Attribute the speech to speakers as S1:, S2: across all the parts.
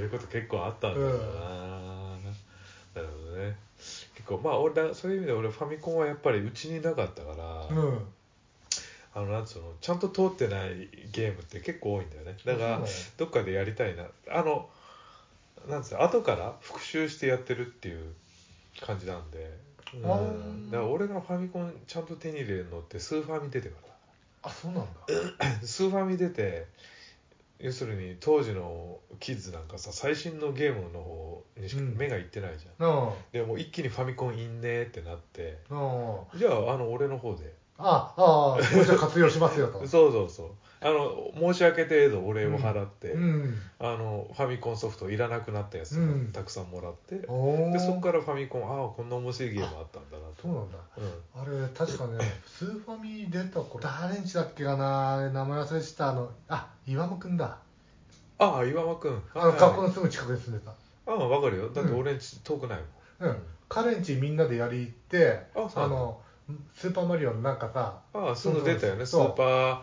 S1: いうこと結構あったんだよな、なるほどね結構まあ俺らそういう意味で俺ファミコンはやっぱりうちになかったから、
S2: うん
S1: あのなんつうのちゃんと通ってないゲームって結構多いんだよねだから、
S2: うん
S1: どっかでやりたいなあのなんつうの後から復習してやってるっていう感じなんで、うん、だ
S2: あ
S1: から俺がファミコンちゃんと手に入れるのってスーファミ出てから
S2: あそうなんだ
S1: スーファミ出て要するに当時のキッズなんかさ最新のゲームの方にしか
S2: うん
S1: 目がいってないじゃん、
S2: なあ
S1: でもう一気にファミコンいんねーってなって
S2: なあ
S1: じゃああの俺の方で
S2: ああああこれじゃ活用しま すよと
S1: そうそうそうあの申し訳程度お礼を払って、
S2: うん
S1: あのファミコンソフトいらなくなったやつ
S2: うん
S1: をたくさんもらって、
S2: おお
S1: でそこからファミコンああこんな面白いゲームあったんだなと
S2: そうなんだ
S1: う
S2: あれ確かねスーファミ出た頃誰んちだっけかなあれ名前忘れしたあのあ岩間くんだ
S1: ん、ああ岩間君
S2: あの
S1: はい
S2: 学校のすぐ近くに住んでた
S1: ああ分かるよだって
S2: うん
S1: 俺んち遠くないもん、
S2: うん彼んちみんなでやり行って
S1: あそう
S2: あ
S1: なんだ
S2: のスーパーマリオのなんかさ
S1: ああすぐ出たよねス
S2: そう
S1: ーパー、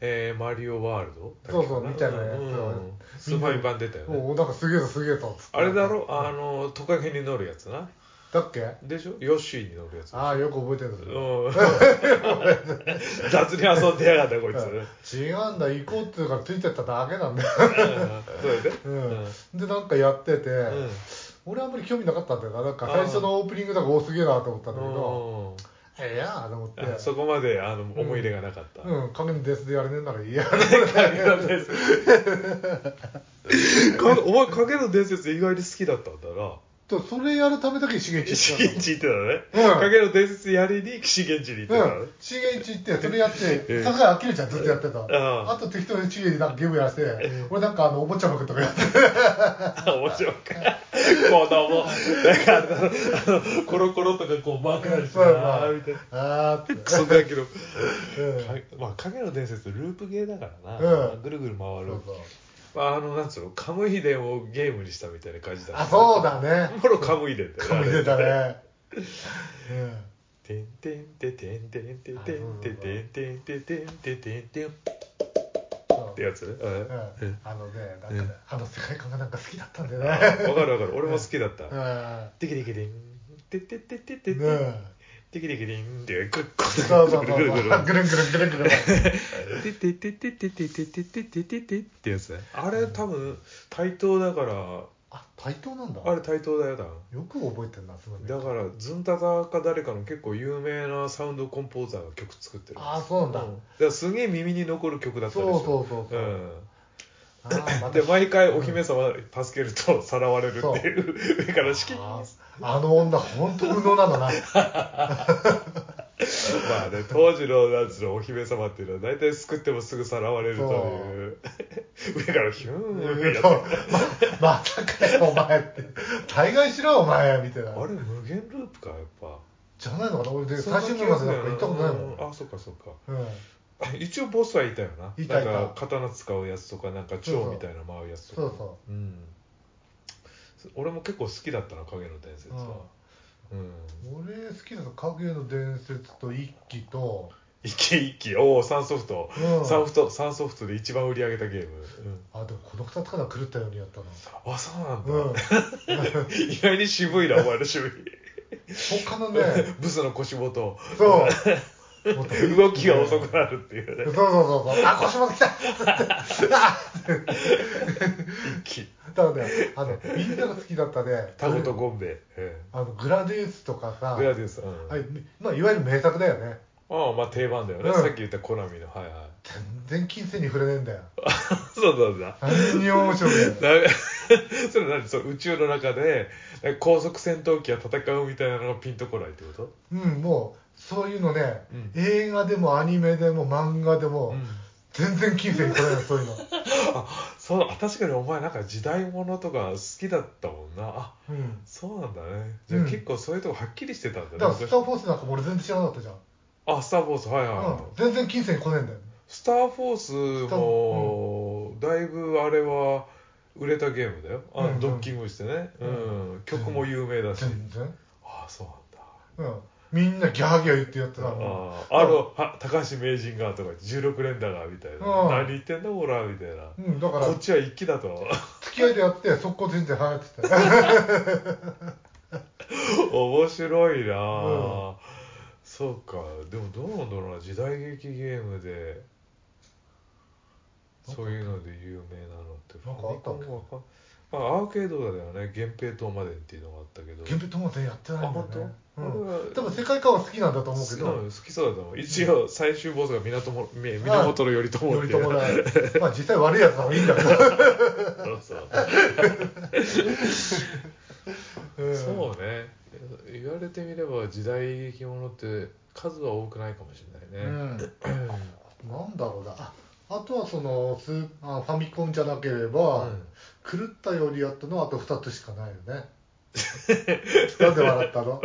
S1: えーマリオワールドだっけか
S2: そうそうみたいなやつ
S1: うん
S2: うん
S1: スーパーミ版出たよね
S2: おおなんかすげえぞすげえぞつって
S1: あれだろあのトカゲに乗るやつな
S2: だっけ
S1: でしょヨッシーに乗るやつ
S2: ああよく覚えてるん
S1: う
S2: だ
S1: ん 雑に遊んでやがったこいつうん
S2: 違うんだ行こうっていうからついてっただけなんだよ、
S1: それで
S2: う
S1: うん
S2: ん、でなんかやってて、
S1: うん
S2: 俺あんまり興味なかったんだよななんか最初のオープニングとかおすげえなと思ったんだけど
S1: うん
S2: ええやと思って
S1: あそこまであの思い入れがなかった、
S2: うん影の伝説でやれねえんならいいや
S1: 影の伝説かお前影の伝説意外に好きだったんだな
S2: とそれやるためだけに資源
S1: 資
S2: 地行
S1: 源
S2: っ
S1: 地行ってたのね、
S2: うん
S1: 影の伝説やりに資源地に行って
S2: た
S1: た
S2: う
S1: のね
S2: ん、資源地行ってそれやって
S1: うん
S2: 高い飽きるじゃんずっとやってた
S1: ん
S2: あと適当に資源になんかゲームやらせて俺なんかあのおもちゃまくとか やって
S1: あ面白いか子供なんかあのあのコロコロとかこう巻かれて
S2: そうやな
S1: あーみたいな
S2: あーって
S1: クソガキの、
S2: うん
S1: かまあ、影の伝説ループゲーだからな、
S2: うん
S1: ぐるぐる回
S2: そ
S1: る
S2: うそう
S1: まあ、あのなんつうのカムイ伝をゲームにしたみたいな感じだ
S2: あそう
S1: だ
S2: だね
S1: もろカムイ伝だよね
S2: 髪出たねうん
S1: てんてんててんてんてんてんてんてんてんてんてんてんてんてんっ
S2: そう
S1: てやつねうん
S2: うんあのねなんかねあの世界観がなんか好きだったんだよ
S1: わ
S2: ね
S1: かるわかる俺も好きだった
S2: うん
S1: テキテキリンテッテッテッテッテッテ ッ
S2: ね
S1: テキテキリンってここ
S2: そうそうそう
S1: ぐ
S2: そう
S1: るぐ
S2: ぐる
S1: る
S2: ん
S1: ぐ
S2: ぐ
S1: る
S2: るんぐるんぐるんぐるん
S1: テテテテテテテテテテテテってやつねあれ多分対等だから
S2: あ対等なんだ
S1: あれ対等だよ多分
S2: よく覚えてるなすごいね
S1: だからズンタタか誰かの結構有名なサウンドコンポーザーが曲作ってる
S2: ああそうなんだ
S1: うんだからすげえ耳に残る曲だった
S2: そ
S1: で
S2: う
S1: しょ
S2: そうそうそううんあーまた
S1: で毎回お姫様助けるとさらわれるっていう上から資金
S2: あ
S1: ま
S2: ーあの女本当無能なんだな
S1: あね当時のなんつうのお姫様っていうのは大体救ってもすぐさらわれるという上からヒュ ーンやって
S2: ままさかよお前って大概しろお前みたいな
S1: あれ無限ループかやっぱ
S2: じゃないのかな俺で
S1: そんな
S2: 最
S1: 気
S2: 新の
S1: が
S2: ますで
S1: るよ
S2: なんか行ったことないも
S1: うん
S2: ん
S1: あそっかそっか
S2: うん
S1: 一応ボスはいたよない
S2: たいた
S1: なんか刀使うやつとかなんか蝶みたいな回るやつとか
S2: そうそ
S1: うん俺も結構好きだったな影の伝説はうん
S2: 俺好きなの影の伝説と一期と
S1: 一気一気おおサンソフト
S2: うん
S1: サンフト、サンソフトで一番売り上げたゲーム。
S2: あでもこの2つから狂ったようにやったな
S1: あ、そうなんだ。
S2: うん
S1: 意外に渋いな、お前の趣味。
S2: 他の ね
S1: ブスの腰元、
S2: そう。もっと
S1: 動きが遅くなるっていうね。
S2: そうそうそうそう。あ、腰元来た。 あ
S1: 一気。
S2: だからね、あの、みんなが好きだったね。
S1: タコとゴンベイ。え
S2: あの、グラデウスとか
S1: え
S2: さ。
S1: グラディウス。うん
S2: はい、まあ、いわゆる名作だよね。
S1: ああ、まあ定番だよね。
S2: うん
S1: さっき言ったコナミの。はいはい。
S2: 全然金銭に触れねえんだよ。
S1: そうなんだ。
S2: 何にも面白くない。
S1: な それ何その宇宙の中でなんか高速戦闘機が戦うみたいなのがピンとこないってこと
S2: うん、もう、そういうのね、
S1: うん
S2: 映画でもアニメでも漫画でも、
S1: うん
S2: 全然金銭に触れない、そういうの。
S1: あそうあ確かにお前なんか時代物とか好きだったもんなあ
S2: うん。
S1: そうなんだねじゃあ
S2: うん
S1: 結構そういうとこはっきりして たんだね、
S2: だから、スター・フォースなんかも俺全然知らなかったじゃん。
S1: あスター・フォースはいはい、はい
S2: うん、全然金銭に来ねえんだよ。
S1: スター・フォースも、だいぶあれは売れたゲームだよあ、
S2: うんうん
S1: ドッキングしてね、うん曲も有名だし、
S2: 全然。
S1: あそうなんだ
S2: うん。みんなギャーギャー言ってやってたの
S1: あーあのは高橋名人がとか16連打がみたいな
S2: うん
S1: 何言ってんだオラみたいな
S2: うんだから
S1: こっちは一気だと
S2: 付き合いでやって速攻全然離れてたよ
S1: 面白いなあ、
S2: う
S1: そうかでもどうなんだろうな時代劇ゲームでそういうので有名なのって
S2: なんかあったっけ
S1: ファミコンはわかんまあ、アーケードだよね源平島までっていうのがあったけど
S2: 源平友全やってないんだよね
S1: あ本当
S2: うん、多分世界観は好きなんだと思うけ
S1: う
S2: ど
S1: ん好きそうだと思う一応最終ボスが源もみ源頼朝
S2: 頼
S1: ってい
S2: 朝
S1: う
S2: だ まあ実際悪いやつはいいんだけど、
S1: そうそう
S2: うん
S1: そうね言われてみれば時代劇ものって数は多くないかもしれないね、
S2: ん、なんだろうなああとはそのスーあファミコンじゃなければ、狂ったよりやったのはあと2つしかないよねなんで笑ったの